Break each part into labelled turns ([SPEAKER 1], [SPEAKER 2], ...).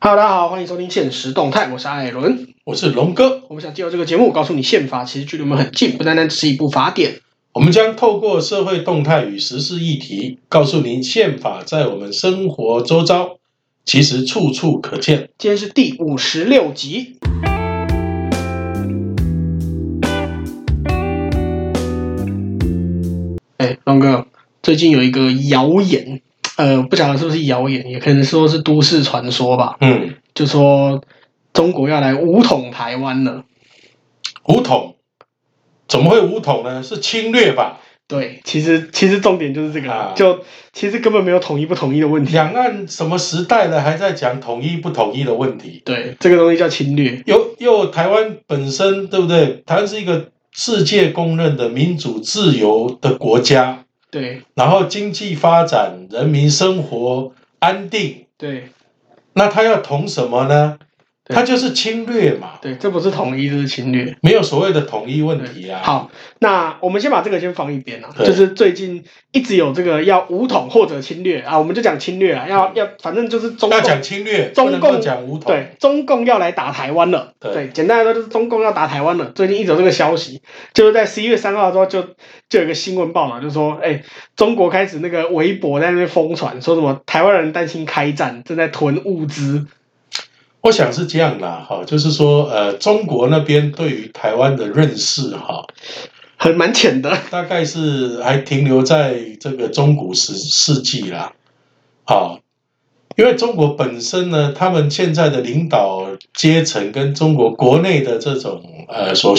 [SPEAKER 1] Hello，大家好，欢迎收听《现实动态》，我是艾伦。
[SPEAKER 2] 我是龙哥，
[SPEAKER 1] 我们想借由这个节目，告诉你宪法其实距离我们很近，不单单只是一部法典。
[SPEAKER 2] 我们将透过社会动态与时事议题，告诉您宪法在我们生活周遭其实处处可见。
[SPEAKER 1] 今天是第五十六集。哎，龙哥，最近有一个谣言，呃，不晓得是不是谣言，也可能说是都市传说吧，
[SPEAKER 2] 嗯，
[SPEAKER 1] 就说中国要来武统台湾了。
[SPEAKER 2] 武统怎么会武统呢？是侵略吧？
[SPEAKER 1] 对，其实其实重点就是这个啦
[SPEAKER 2] 啊，
[SPEAKER 1] 就其实根本没有统一不统一的问题。啊
[SPEAKER 2] 两岸什么时代了，还在讲统一不统一的问题？
[SPEAKER 1] 对，这个东西叫侵略。
[SPEAKER 2] 又又台湾本身对不对？台湾是一个世界公认的民主自由的国家，
[SPEAKER 1] 对
[SPEAKER 2] 然后经济发展、人民生活安定，
[SPEAKER 1] 对
[SPEAKER 2] 那他要统什么呢？
[SPEAKER 1] 对
[SPEAKER 2] 他就是侵略嘛，
[SPEAKER 1] 对，这不是统一，这是侵略。
[SPEAKER 2] 没有所谓的统一问题啊。
[SPEAKER 1] 好，那我们先把这个先放一边啊，
[SPEAKER 2] 对
[SPEAKER 1] 就是最近一直有这个要武统或者侵略啊，我们就讲侵略啊，要要反正就是中
[SPEAKER 2] 嗯要
[SPEAKER 1] 共
[SPEAKER 2] 讲侵略，
[SPEAKER 1] 中
[SPEAKER 2] 不能
[SPEAKER 1] 共
[SPEAKER 2] 够讲武统。
[SPEAKER 1] 对中共要来打台湾了，
[SPEAKER 2] 对
[SPEAKER 1] 简单来说就是中共要打台湾了。最近一直有这个消息，就是在十一月三号的时候就就有一个新闻报道，就说哎，中国开始那个微博在那边疯传，说什么台湾人担心开战，正在囤物资，
[SPEAKER 2] 我想是这样啦，哈，就是说，呃，中国那边对于台湾的认识，哈，
[SPEAKER 1] 很蛮浅的，
[SPEAKER 2] 大概是还停留在这个中古时世纪啦，好，因为中国本身呢，他们现在的领导阶层跟中国国内的这种呃所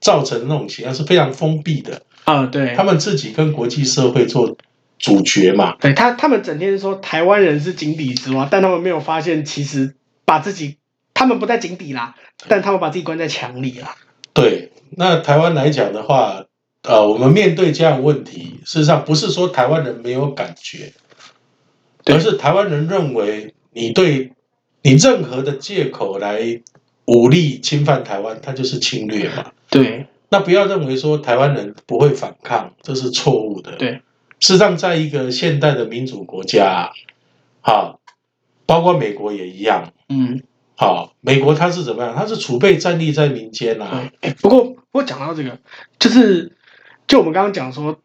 [SPEAKER 2] 造成的那种形象是非常封闭的，
[SPEAKER 1] 啊、对
[SPEAKER 2] 他们自己跟国际社会做主角嘛，
[SPEAKER 1] 对他，他们整天说台湾人是井底之蛙，但他们没有发现，其实把自己，他们不在井底啦，但他们把自己关在墙里啦。
[SPEAKER 2] 对，那台湾来讲的话，呃，我们面对这样的问题，事实上不是说台湾人没有感觉，
[SPEAKER 1] 对
[SPEAKER 2] 而是台湾人认为你对你任何的借口来武力侵犯台湾，它就是侵略嘛。
[SPEAKER 1] 对
[SPEAKER 2] 那不要认为说台湾人不会反抗，这是错误的。
[SPEAKER 1] 对，
[SPEAKER 2] 事实上，在一个现代的民主国家，好，包括美国也一样。
[SPEAKER 1] 嗯，
[SPEAKER 2] 好，美国它是怎么样？它是储备战力在民间啊。
[SPEAKER 1] 对。哎，不过不过讲到这个，就是就我们刚刚讲说，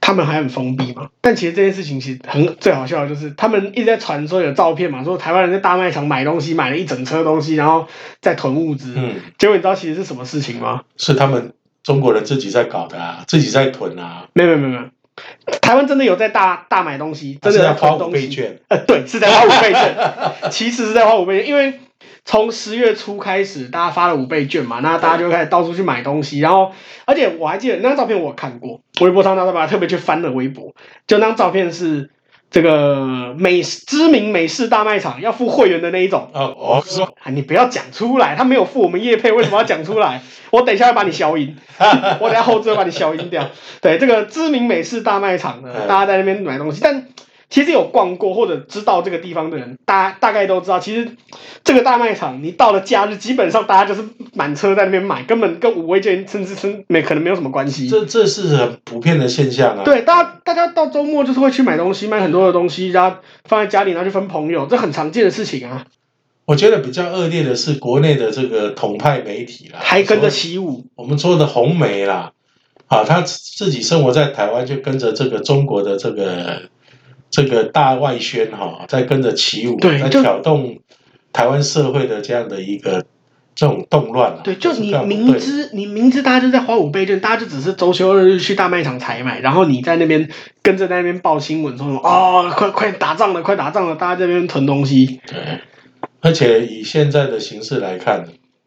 [SPEAKER 1] 他们还很封闭嘛，但其实这件事情其实很最好笑的就是，他们一直在传说有照片嘛，说台湾人在大卖场买东西，买了一整车东西，然后再囤物资。
[SPEAKER 2] 嗯。
[SPEAKER 1] 结果你知道其实是什么事情吗？
[SPEAKER 2] 是他们中国人自己在搞的啊，自己在囤啊，
[SPEAKER 1] 没有没有没有没有，台湾真的有在大大买东西，真的
[SPEAKER 2] 啊是
[SPEAKER 1] 有
[SPEAKER 2] 要
[SPEAKER 1] 在
[SPEAKER 2] 发
[SPEAKER 1] 囤
[SPEAKER 2] 五
[SPEAKER 1] 东西
[SPEAKER 2] 倍。券。
[SPEAKER 1] 呃， 对，是在花五倍券，其实是在花五倍券，因为从十月初开始，大家发了五倍券嘛，那大家就开始到处去买东西，然后，而且我还记得那张照片我看过，微博上大家把它特别去翻了微博，就那张照片是这个美知名美式大卖场要付会员的那一种。
[SPEAKER 2] 哦，我是说，
[SPEAKER 1] 啊，你不要讲出来，他没有付我们业配，为什么要讲出来？我等一下要把你消音， 我等一下后置会把你消音掉。对，这个知名美式大卖场呢，
[SPEAKER 2] 嗯
[SPEAKER 1] 大家在那边买东西，但其实有逛过或者知道这个地方的人，大大概都知道，其实这个大卖场，你到了假日，基本上大家就是满车在那边买，根本跟五味券甚至甚没可能没有什么关系。
[SPEAKER 2] 这这是很普遍的现象啊。
[SPEAKER 1] 对，大家大家到周末就是会去买东西，买很多的东西，然后放在家里，然后去分朋友，这很常见的事情啊，
[SPEAKER 2] 我觉得比较恶劣的是国内的这个统派媒体啦，
[SPEAKER 1] 还跟着
[SPEAKER 2] 说
[SPEAKER 1] 起舞。
[SPEAKER 2] 我们说的红媒啦，啊，他自己生活在台湾，就跟着这个中国的这个这个大外宣哈、在跟着起舞，
[SPEAKER 1] 对
[SPEAKER 2] 在
[SPEAKER 1] 就
[SPEAKER 2] 挑动台湾社会的这样的一个这种动乱啊。
[SPEAKER 1] 对，就
[SPEAKER 2] 这是
[SPEAKER 1] 你
[SPEAKER 2] 非常不
[SPEAKER 1] 明
[SPEAKER 2] 对的
[SPEAKER 1] 知你明知大家就在花五倍券，大家就只是周休二日去大卖场采买，然后你在那边跟着在那边报新闻说什么哦，快快打仗了，快打仗了，大家在那边囤东西。
[SPEAKER 2] 对，而且以现在的形势来看，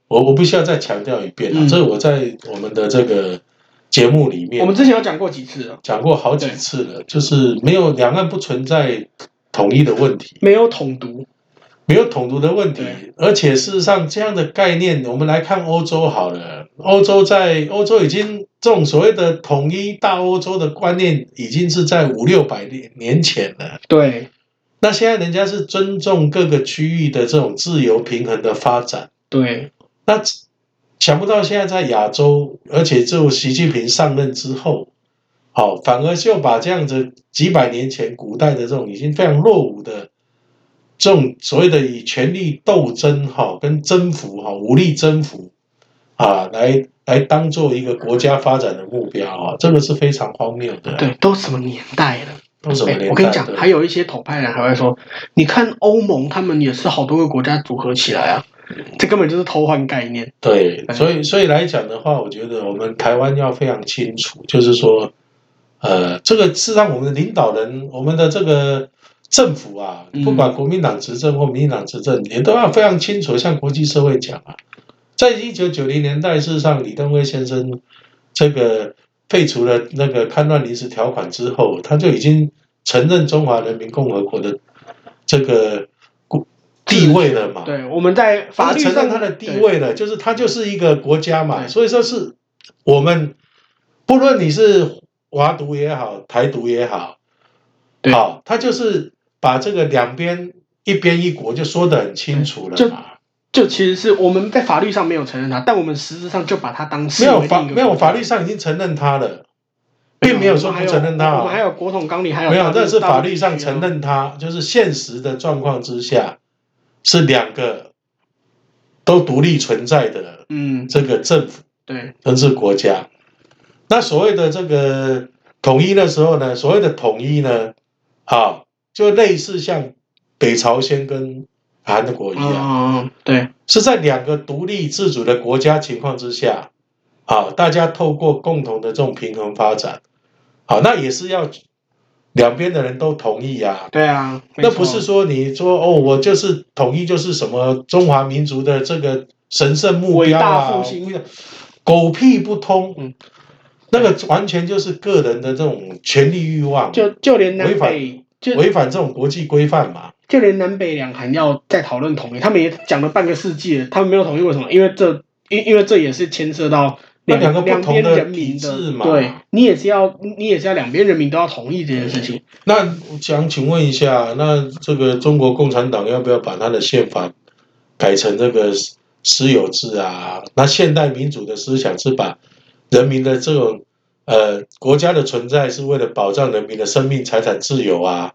[SPEAKER 2] 我我必须要再强调一遍啊，
[SPEAKER 1] 嗯
[SPEAKER 2] 这个我在我们的这个节目里面
[SPEAKER 1] 我们之前有讲过几次了，
[SPEAKER 2] 讲过好几次了，就是没有两岸不存在统一的问题，
[SPEAKER 1] 没有统独，
[SPEAKER 2] 没有统独的问题
[SPEAKER 1] 对，
[SPEAKER 2] 而且事实上这样的概念，我们来看欧洲好了，欧洲在欧洲已经这种所谓的统一大欧洲的观念，已经是在五六百年年前了。
[SPEAKER 1] 对
[SPEAKER 2] 那现在人家是尊重各个区域的这种自由平衡的发展。
[SPEAKER 1] 对
[SPEAKER 2] 那想不到现在在亚洲，而且就习近平上任之后，好、反而就把这样子几百年前古代的这种已经非常落伍的这种所谓的以权力斗争哈、跟征服哈、武力征服啊，来来当做一个国家发展的目标啊，这个是非常荒谬的。
[SPEAKER 1] 对，都什么年代了？
[SPEAKER 2] 都什么
[SPEAKER 1] 哎
[SPEAKER 2] 年代？
[SPEAKER 1] 我跟你讲，
[SPEAKER 2] 对
[SPEAKER 1] 还有一些统派人还会说，你看欧盟，他们也是好多个国家组合起来啊，
[SPEAKER 2] 嗯
[SPEAKER 1] 这根本就是偷换概念。
[SPEAKER 2] 对，
[SPEAKER 1] 对
[SPEAKER 2] 所以所以来讲的话，我觉得我们台湾要非常清楚，就是说，呃，这个是让我们的领导人，我们的这个政府啊
[SPEAKER 1] 嗯，
[SPEAKER 2] 不管国民党执政或民进党执政，也都要非常清楚地向国际社会讲啊。在一九九零年代，事实上，李登辉先生这个废除了那个戡乱临时条款之后，他就已经承认中华人民共和国的这个国地位了嘛。
[SPEAKER 1] 对，我们在法
[SPEAKER 2] 他
[SPEAKER 1] 律
[SPEAKER 2] 啊承
[SPEAKER 1] 上
[SPEAKER 2] 认他的地，位了，就是他就是一个国家嘛，
[SPEAKER 1] 对
[SPEAKER 2] 所以说是我们不论你是华独也好，台独也好，
[SPEAKER 1] 对
[SPEAKER 2] 好、他就是把这个两边一边一国就说得很清楚
[SPEAKER 1] 对
[SPEAKER 2] 了嘛。
[SPEAKER 1] 对就其实是我们在法律上没有承认他，但我们实质上就把他当
[SPEAKER 2] 没
[SPEAKER 1] 视为
[SPEAKER 2] 有法
[SPEAKER 1] 另一个
[SPEAKER 2] 没有
[SPEAKER 1] 国家
[SPEAKER 2] 法律上已经承认他了，并没有说不承认他、
[SPEAKER 1] 啊
[SPEAKER 2] 哦
[SPEAKER 1] 我们还有国统纲领，还有
[SPEAKER 2] 没有，
[SPEAKER 1] 大陆
[SPEAKER 2] 但是法律
[SPEAKER 1] 大
[SPEAKER 2] 上
[SPEAKER 1] 陆
[SPEAKER 2] 承认它，就是现实的状况之下是两个都独立存在的
[SPEAKER 1] 嗯，
[SPEAKER 2] 这个政府。
[SPEAKER 1] 对，
[SPEAKER 2] 政治国家。那所谓的这个统一的时候呢，所谓的统一呢，啊，就类似像北朝鲜跟韩国一
[SPEAKER 1] 嗯
[SPEAKER 2] 样，
[SPEAKER 1] 嗯，嗯对，
[SPEAKER 2] 是在两个独立自主的国家情况之下，啊，大家透过共同的这种平衡发展，啊，那也是要两边的人都同意啊，
[SPEAKER 1] 对啊，没
[SPEAKER 2] 那不
[SPEAKER 1] 错
[SPEAKER 2] 是说你说哦，我就是统一就是什么中华民族的这个神圣目
[SPEAKER 1] 伟
[SPEAKER 2] 标
[SPEAKER 1] 大
[SPEAKER 2] 啊
[SPEAKER 1] 复，兴，
[SPEAKER 2] 狗屁不通。
[SPEAKER 1] 嗯
[SPEAKER 2] 那个完全就是个人的这种权力欲望，
[SPEAKER 1] 就就连南
[SPEAKER 2] 违反
[SPEAKER 1] 北就
[SPEAKER 2] 违反这种国际规范嘛。
[SPEAKER 1] 就连南北两韩要再讨论统一，他们也讲了半个世纪了，他们没有统一，为什么？因为这因因为这也是牵涉到
[SPEAKER 2] 那
[SPEAKER 1] 两
[SPEAKER 2] 两个不
[SPEAKER 1] 两
[SPEAKER 2] 同
[SPEAKER 1] 边
[SPEAKER 2] 的
[SPEAKER 1] 人民
[SPEAKER 2] 体制嘛
[SPEAKER 1] 对你也是要你也是要两边人民都要同意这件事情。
[SPEAKER 2] 那我想请问一下，那这个中国共产党要不要把他的宪法改成这个私私有制啊？那现代民主的思想是把人民的这种呃国家的存在是为了保障人民的生命财产自由啊，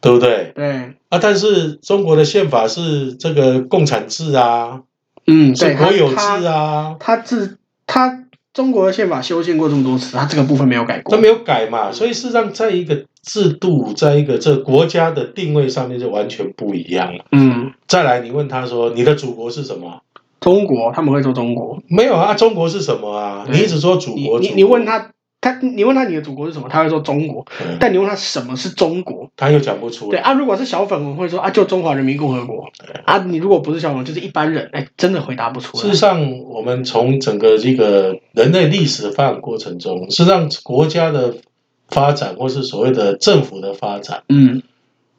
[SPEAKER 2] 对不对？
[SPEAKER 1] 对，
[SPEAKER 2] 啊，但是中国的宪法是这个共产制啊，
[SPEAKER 1] 嗯，
[SPEAKER 2] 是
[SPEAKER 1] 对，
[SPEAKER 2] 国有制
[SPEAKER 1] 他他
[SPEAKER 2] 啊，
[SPEAKER 1] 他自他中国的宪法修宪过这么多次，他这个部分没有改过
[SPEAKER 2] 都。没有改嘛，
[SPEAKER 1] 嗯
[SPEAKER 2] 所以事实上，在一个制度，在一个这个国家的定位上面就完全不一样了。
[SPEAKER 1] 嗯，
[SPEAKER 2] 再来，你问他说你的祖国是什么？
[SPEAKER 1] 中国他们会说中国，
[SPEAKER 2] 没有啊，中国是什么啊？
[SPEAKER 1] 对
[SPEAKER 2] 你一直说祖
[SPEAKER 1] 你
[SPEAKER 2] 国，
[SPEAKER 1] 你
[SPEAKER 2] 祖
[SPEAKER 1] 你
[SPEAKER 2] 国
[SPEAKER 1] 问，他他你问他你的祖国是什么，他会说中国，
[SPEAKER 2] 嗯
[SPEAKER 1] 但你问他什么是中国，
[SPEAKER 2] 他又讲不出
[SPEAKER 1] 对
[SPEAKER 2] 来。
[SPEAKER 1] 啊，如果是小粉红会说啊，就中华人民共和国
[SPEAKER 2] 嗯
[SPEAKER 1] 啊，你如果不是小粉红，就是一般人，哎，真的回答不出
[SPEAKER 2] 事
[SPEAKER 1] 来
[SPEAKER 2] 实。上，我们从整个这个人类历史的发展过程中，事实上国家的发展，或是所谓的政府的发展，
[SPEAKER 1] 嗯，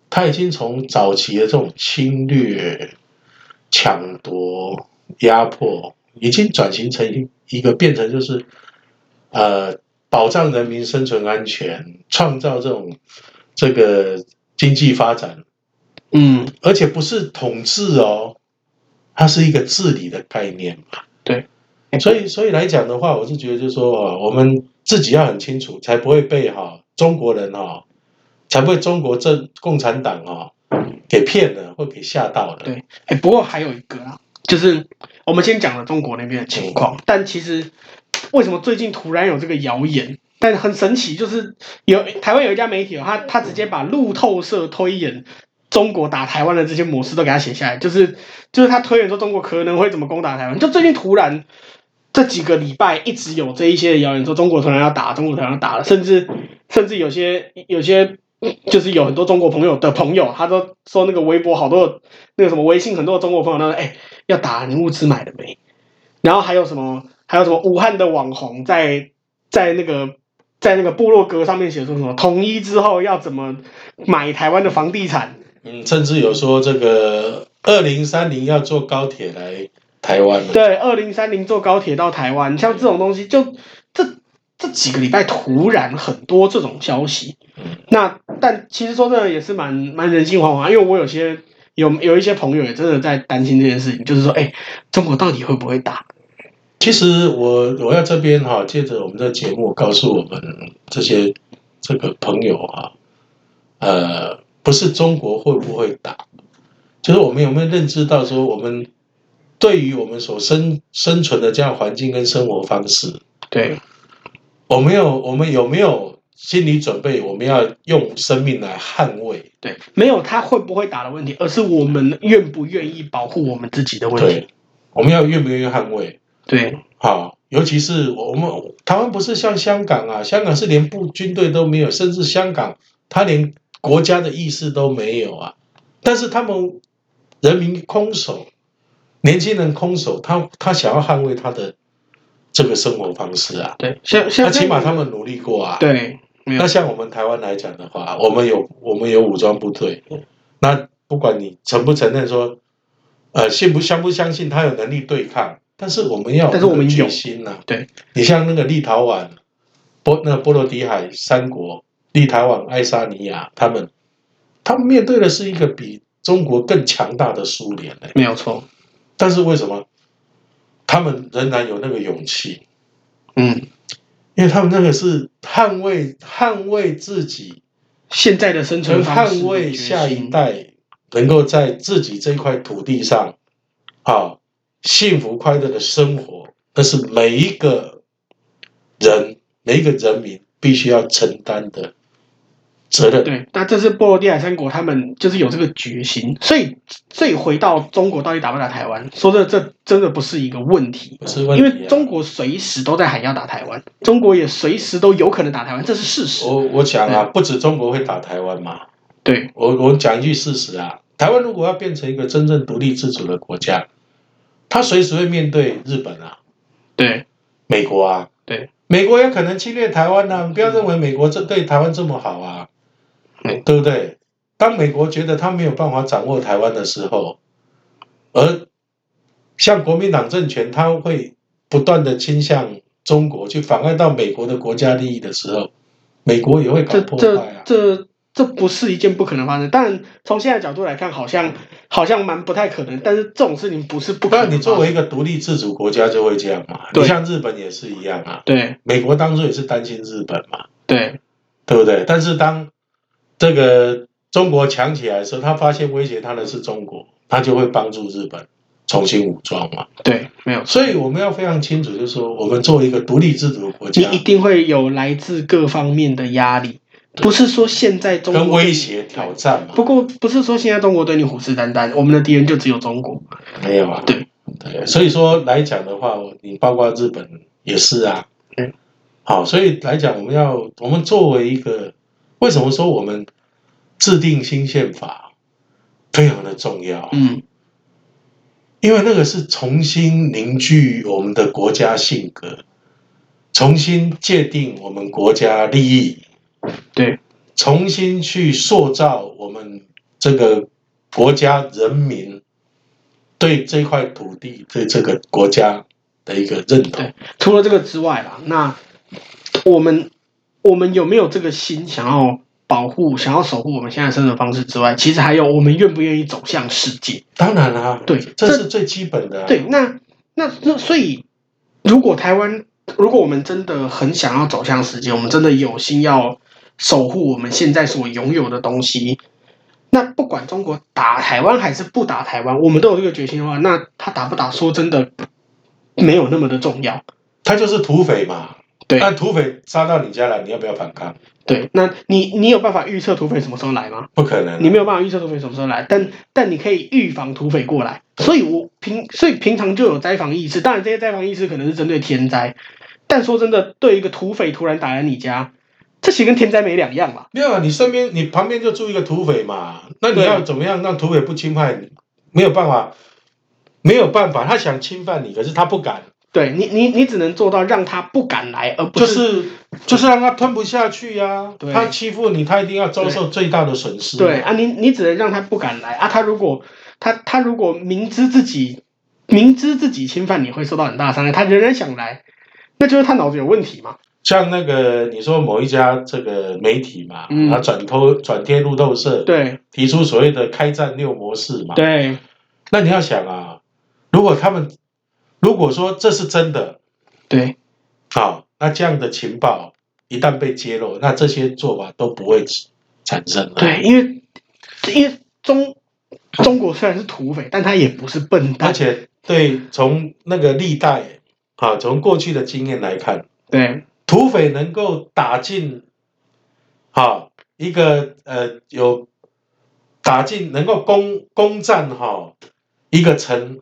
[SPEAKER 2] 它已经从早期的这种侵略、抢夺、压迫，已经转型成一一个变成就是，呃，保障人民生存安全，创造这种这个经济发展，
[SPEAKER 1] 嗯，
[SPEAKER 2] 而且不是统治哦，它是一个治理的概念嘛。
[SPEAKER 1] 对，
[SPEAKER 2] 所以所以来讲的话，我是觉得就是说，哦我们自己要很清楚，才不会被哈、中国人哈、才不会中国政共产党哈、给骗了或给吓到了。
[SPEAKER 1] 对哎，不过还有一个啦，就是我们先讲了中国那边的情况，但其实为什么最近突然有这个谣言？但很神奇，就是有台湾有一家媒体、哦，他他直接把路透社推演中国打台湾的这些模式都给他写下来，就是就是他推演说中国可能会怎么攻打台湾。就最近突然这几个礼拜一直有这一些谣言说中国突然要打，中国突然要打了，甚至甚至有些有些就是有很多中国朋友的朋友，他都说那个微博好多那个什么微信很多中国朋友，他说哎、要打，你物资买了没？然后还有什么还有什么武汉的网红在在那个。在那个部落格上面写出什么统一之后要怎么买台湾的房地产，
[SPEAKER 2] 嗯，甚至有说这个二零三零要坐高铁来台湾哦了。
[SPEAKER 1] 对，二零三零坐高铁到台湾，像这种东西，就这这几个礼拜突然很多这种消息。
[SPEAKER 2] 嗯
[SPEAKER 1] 那但其实说真的也是蛮蛮人心惶惶，因为我有些有有一些朋友也真的在担心这件事情，就是说，哎、中国到底会不会打？
[SPEAKER 2] 其实我我要这边哈、借着我们的节目告诉我们这些这个朋友啊，呃，不是中国会不会打，就是我们有没有认知到说，我们对于我们所生生存的这样环境跟生活方式，
[SPEAKER 1] 对，
[SPEAKER 2] 我们有我们有没有心理准备，我们要用生命来捍卫？
[SPEAKER 1] 对，没有他会不会打的问题，而是我们愿不愿意保护我们自己的问
[SPEAKER 2] 对
[SPEAKER 1] 题。，嗯
[SPEAKER 2] 我们要愿不愿意捍卫？
[SPEAKER 1] 对，
[SPEAKER 2] 好，尤其是我们台湾不是像香港啊，香港是连部军队都没有，甚至香港他连国家的意识都没有啊。但是他们人民空手，年轻人空手，他他想要捍卫他的这个生活方式啊。
[SPEAKER 1] 对，像
[SPEAKER 2] 那
[SPEAKER 1] 像
[SPEAKER 2] 起码他们努力过啊。
[SPEAKER 1] 对，没有
[SPEAKER 2] 那像我们台湾来讲的话，我们有我们有武装部队，那不管你承不承认说，呃，信不相不相信他有能力对抗，但是我们要
[SPEAKER 1] 但是我们
[SPEAKER 2] 有
[SPEAKER 1] 有
[SPEAKER 2] 决心呐、
[SPEAKER 1] 对，
[SPEAKER 2] 你像那个立陶宛、波那波罗的海三国、立陶宛、爱沙尼亚，他们他们面对的是一个比中国更强大的苏联呢、
[SPEAKER 1] 没有错。
[SPEAKER 2] 但是为什么他们仍然有那个勇气？
[SPEAKER 1] 嗯，
[SPEAKER 2] 因为他们那个是捍卫捍卫自己
[SPEAKER 1] 现在的生
[SPEAKER 2] 能
[SPEAKER 1] 存方式
[SPEAKER 2] 捍卫下一，代能够在自己这块土地上啊幸福快乐的生活，那是每一个人每一个人民必须要承担的责任。
[SPEAKER 1] 对，那这是波罗的海三国，他们就是有这个决心，所以所以回到中国到底打不打台湾，说这这真的不是一个问题，
[SPEAKER 2] 不是问
[SPEAKER 1] 因
[SPEAKER 2] 题啊、
[SPEAKER 1] 为中国随时都在喊要打台湾，中国也随时都有可能打台湾，这是事实。
[SPEAKER 2] 我我讲啊，不止中国会打台湾嘛，
[SPEAKER 1] 对，
[SPEAKER 2] 我我讲一句事实啊，台湾如果要变成一个真正独立自主的国家，它随时会面对日本啊、
[SPEAKER 1] 对，
[SPEAKER 2] 美国啊，
[SPEAKER 1] 对，
[SPEAKER 2] 美国有可能侵略台湾呢、啊，你不要认为美国这对台湾这么好啊，
[SPEAKER 1] 对
[SPEAKER 2] 对不对？当美国觉得他没有办法掌握台湾的时候，而像国民党政权，他会不断的倾向中国，去妨碍到美国的国家利益的时候，美国也会搞
[SPEAKER 1] 这
[SPEAKER 2] 破坏
[SPEAKER 1] 这
[SPEAKER 2] 啊。
[SPEAKER 1] 这这不是一件不可能发生。当然，从现在角度来看，好像好像蛮不太可能，但是这种事情不是不可能
[SPEAKER 2] 那
[SPEAKER 1] 发生。
[SPEAKER 2] 你作为一个独立自主国家就会这样嘛？
[SPEAKER 1] 对
[SPEAKER 2] 你像日本也是一样啊，
[SPEAKER 1] 对
[SPEAKER 2] 美国当初也是担心日本嘛。
[SPEAKER 1] 对
[SPEAKER 2] 对不对？但是当这个中国强起来的时候，他发现威胁他的是中国，他就会帮助日本重新武装嘛。
[SPEAKER 1] 对，没有错。
[SPEAKER 2] 所以我们要非常清楚，就是说，我们作为一个独立自主的国
[SPEAKER 1] 你
[SPEAKER 2] 家
[SPEAKER 1] 一，定会有来自各方面的压力，不是说现在中
[SPEAKER 2] 跟
[SPEAKER 1] 国
[SPEAKER 2] 威胁挑战嘛，
[SPEAKER 1] 不过不是说现在中国对你虎视眈眈，我们的敌人就只有中国。
[SPEAKER 2] 没有啊？
[SPEAKER 1] 对
[SPEAKER 2] 对，所以说来讲的话，我你包括日本也是啊
[SPEAKER 1] 嗯。
[SPEAKER 2] 好，所以来讲，我们要我们作为一个，为什么说我们制定新宪法非常的重要？
[SPEAKER 1] 嗯，
[SPEAKER 2] 因为那个是重新凝聚我们的国家性格，重新界定我们国家利益，
[SPEAKER 1] 对
[SPEAKER 2] 重新去塑造我们这个国家人民对这块土地、对这个国家的一个认同
[SPEAKER 1] 对。。除了这个之外啦，那我们我们有没有这个心想要保护、想要守护我们现在生存方式之外，其实还有我们愿不愿意走向世界？
[SPEAKER 2] 当然啦、
[SPEAKER 1] 对
[SPEAKER 2] 这
[SPEAKER 1] 这
[SPEAKER 2] 是最基本的、啊。
[SPEAKER 1] 对，那那那所以，如果台湾，如果我们真的很想要走向世界，我们真的有心要守护我们现在所拥有的东西，那不管中国打台湾还是不打台湾，我们都有这个决心的话，那他打不打，说真的没有那么的重要。
[SPEAKER 2] 他就是土匪嘛。
[SPEAKER 1] 对
[SPEAKER 2] 那土匪杀到你家来，你要不要反抗？
[SPEAKER 1] 对，那你你有办法预测土匪什么时候来吗？
[SPEAKER 2] 不可能啊。
[SPEAKER 1] 你没有办法预测土匪什么时候来，但但你可以预防土匪过来。所以我平所以平常就有灾防意识，当然这些灾防意识可能是针对天灾，但说真的，对一个土匪突然打来你家，这其实跟天灾没两样啦。
[SPEAKER 2] 没有啊，你身边你旁边就住一个土匪嘛，那你
[SPEAKER 1] 对
[SPEAKER 2] 要怎么样让土匪不侵犯你？没有办法，没有办法，他想侵犯你，可是他不敢，
[SPEAKER 1] 对你你你只能做到让他不敢来，而不、
[SPEAKER 2] 就是是就是让他吞不下去呀、
[SPEAKER 1] 对
[SPEAKER 2] 他欺负你，他一定要遭受最大的损失。
[SPEAKER 1] 对，啊，你你只能让他不敢来啊。他如果他他如果明知自己明知自己侵犯你会受到很大的伤害，他仍然想来，那就是他脑子有问题嘛。
[SPEAKER 2] 像那个你说某一家这个媒体嘛，
[SPEAKER 1] 嗯
[SPEAKER 2] 他转偷转贴路透社，
[SPEAKER 1] 对
[SPEAKER 2] 提出所谓的开战六模式嘛。
[SPEAKER 1] 对
[SPEAKER 2] 那你要想啊，如果他们如果说这是真的，
[SPEAKER 1] 对
[SPEAKER 2] 好，那这样的情报一旦被揭露，那哎这些做法都不会产生了。啊
[SPEAKER 1] 对，因为因为中中国虽然是土匪，但他也不是笨
[SPEAKER 2] 而
[SPEAKER 1] 蛋。
[SPEAKER 2] 且对从那个历代啊，从过去的经验来看，
[SPEAKER 1] 对，
[SPEAKER 2] 土匪能够打进啊一个呃有打进能够攻攻占哈、一个城，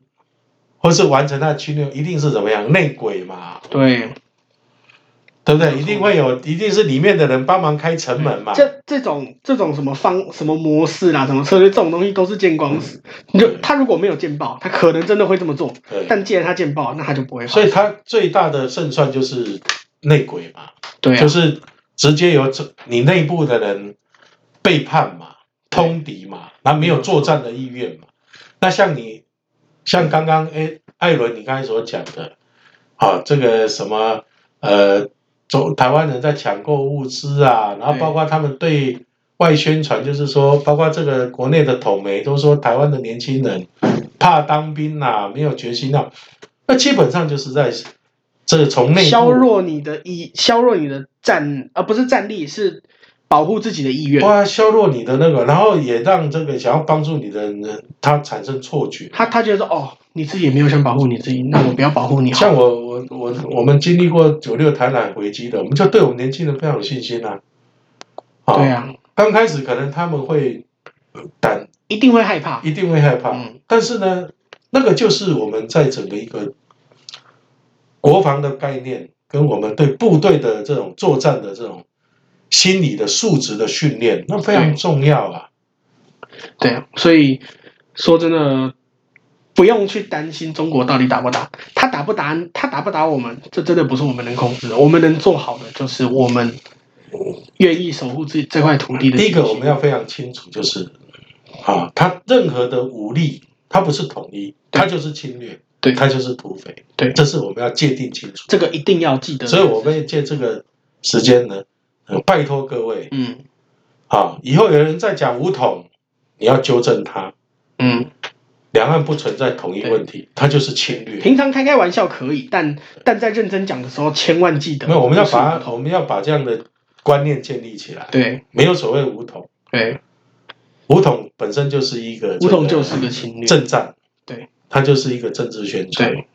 [SPEAKER 2] 或是完成他的侵略，一定是怎么样内鬼嘛，
[SPEAKER 1] 对，
[SPEAKER 2] 对不
[SPEAKER 1] 没
[SPEAKER 2] 对？
[SPEAKER 1] 错
[SPEAKER 2] 一定会有，一定是里面的人帮忙开城门嘛。
[SPEAKER 1] 这这种这种什么方什么模式啊啦，什么策略，这种东西都是见光死。
[SPEAKER 2] 嗯
[SPEAKER 1] 你就他如果没有见报，他可能真的会这么做。
[SPEAKER 2] 对，
[SPEAKER 1] 但既然他见报，那他就不会
[SPEAKER 2] 所
[SPEAKER 1] 坏。
[SPEAKER 2] 以他最大的胜算就是内鬼嘛。
[SPEAKER 1] 对啊
[SPEAKER 2] 就，是直接由这你内部的人背叛嘛、通敌嘛，然后没有作战的意愿嘛。那像你，像刚刚哎，艾伦你刚才所讲的，啊，这个什么呃，走台湾人在抢购物资啊，然后
[SPEAKER 1] 对
[SPEAKER 2] 包括他们对外宣传，就是说，包括这个国内的统媒都说台湾的年轻人怕当兵呐、没有决心啊，那基本上就是在这个从内部
[SPEAKER 1] 削弱你的意，削弱你的战，而、不是战力，是保护自己的意愿。
[SPEAKER 2] 哇，削弱你的那个，然后也让这个想要帮助你的人，他产生错觉。
[SPEAKER 1] 他他觉得说，哦，你自己也没有想保护你自己，那我不要保护你好
[SPEAKER 2] 像
[SPEAKER 1] 了。
[SPEAKER 2] 我我我我们经历过九六台南回击的，我们就对我们年轻人非常有信心啊。啊
[SPEAKER 1] 对，啊，
[SPEAKER 2] 刚开始可能他们会呃胆
[SPEAKER 1] 一定会害怕。
[SPEAKER 2] 一定会害怕，
[SPEAKER 1] 嗯
[SPEAKER 2] 但是呢，那个就是我们在整个一个国防的概念，跟我们对部队的这种作战的这种心理的素质的训练，那非常
[SPEAKER 1] 对
[SPEAKER 2] 重要啊。
[SPEAKER 1] 对啊，所以说真的，不用去担心中国到底打不打，他打不打，他打不打我们，这真的不是我们能控制的。我们能做好的就是我们愿意守护自己这块土地的决
[SPEAKER 2] 啊第
[SPEAKER 1] 心。
[SPEAKER 2] 一个我们要非常清楚，就是啊，他任何的武力，它不是统一，它就是侵略，
[SPEAKER 1] 对
[SPEAKER 2] 它就是土匪，
[SPEAKER 1] 对
[SPEAKER 2] 这是我们要界定清楚。
[SPEAKER 1] 这个一定要记得。
[SPEAKER 2] 所以我们借这个时间呢，呃拜托各位
[SPEAKER 1] 嗯
[SPEAKER 2] 啊，以后有人在讲武统，你要纠正他，
[SPEAKER 1] 嗯，
[SPEAKER 2] 两岸不存在统一问题，它就是侵略。
[SPEAKER 1] 平常开开玩笑可以，但但在认真讲的时候，千万记得
[SPEAKER 2] 没有，我们要把
[SPEAKER 1] 不是
[SPEAKER 2] 它我们要把这样的观念建立起来，
[SPEAKER 1] 对
[SPEAKER 2] 没有所谓武统，
[SPEAKER 1] 对，
[SPEAKER 2] 武统本身就是一个
[SPEAKER 1] 梧桐
[SPEAKER 2] 这
[SPEAKER 1] 就
[SPEAKER 2] 个
[SPEAKER 1] 是个侵略。
[SPEAKER 2] 政战，
[SPEAKER 1] 对，
[SPEAKER 2] 它就是一个政治宣传。
[SPEAKER 1] 对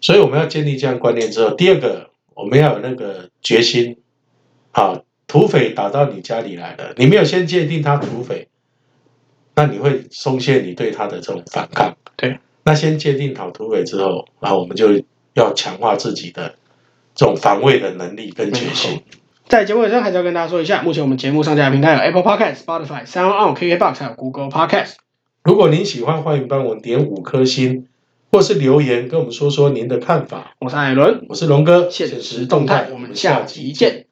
[SPEAKER 2] 所以我们要建立这样观念之后，第二个我们要有那个决心，啊，土匪打到你家里来了，你没有先界定他土匪，那你会松懈你对他的这种反抗。
[SPEAKER 1] 对，
[SPEAKER 2] 那先界定好土匪之后，然后我们就要强化自己的这种防卫的能力跟决心。
[SPEAKER 1] 在节目尾声，还是要跟大家说一下，目前我们节目上架的平台有 Apple Podcast、Spotify、Sound On、KKBox 还有 Google Podcast。
[SPEAKER 2] 如果您喜欢，欢迎帮我们点五颗星，或是留言跟我们说说您的看法。
[SPEAKER 1] 我是艾伦，
[SPEAKER 2] 我是龙哥，
[SPEAKER 1] 现实动态，我们下集见。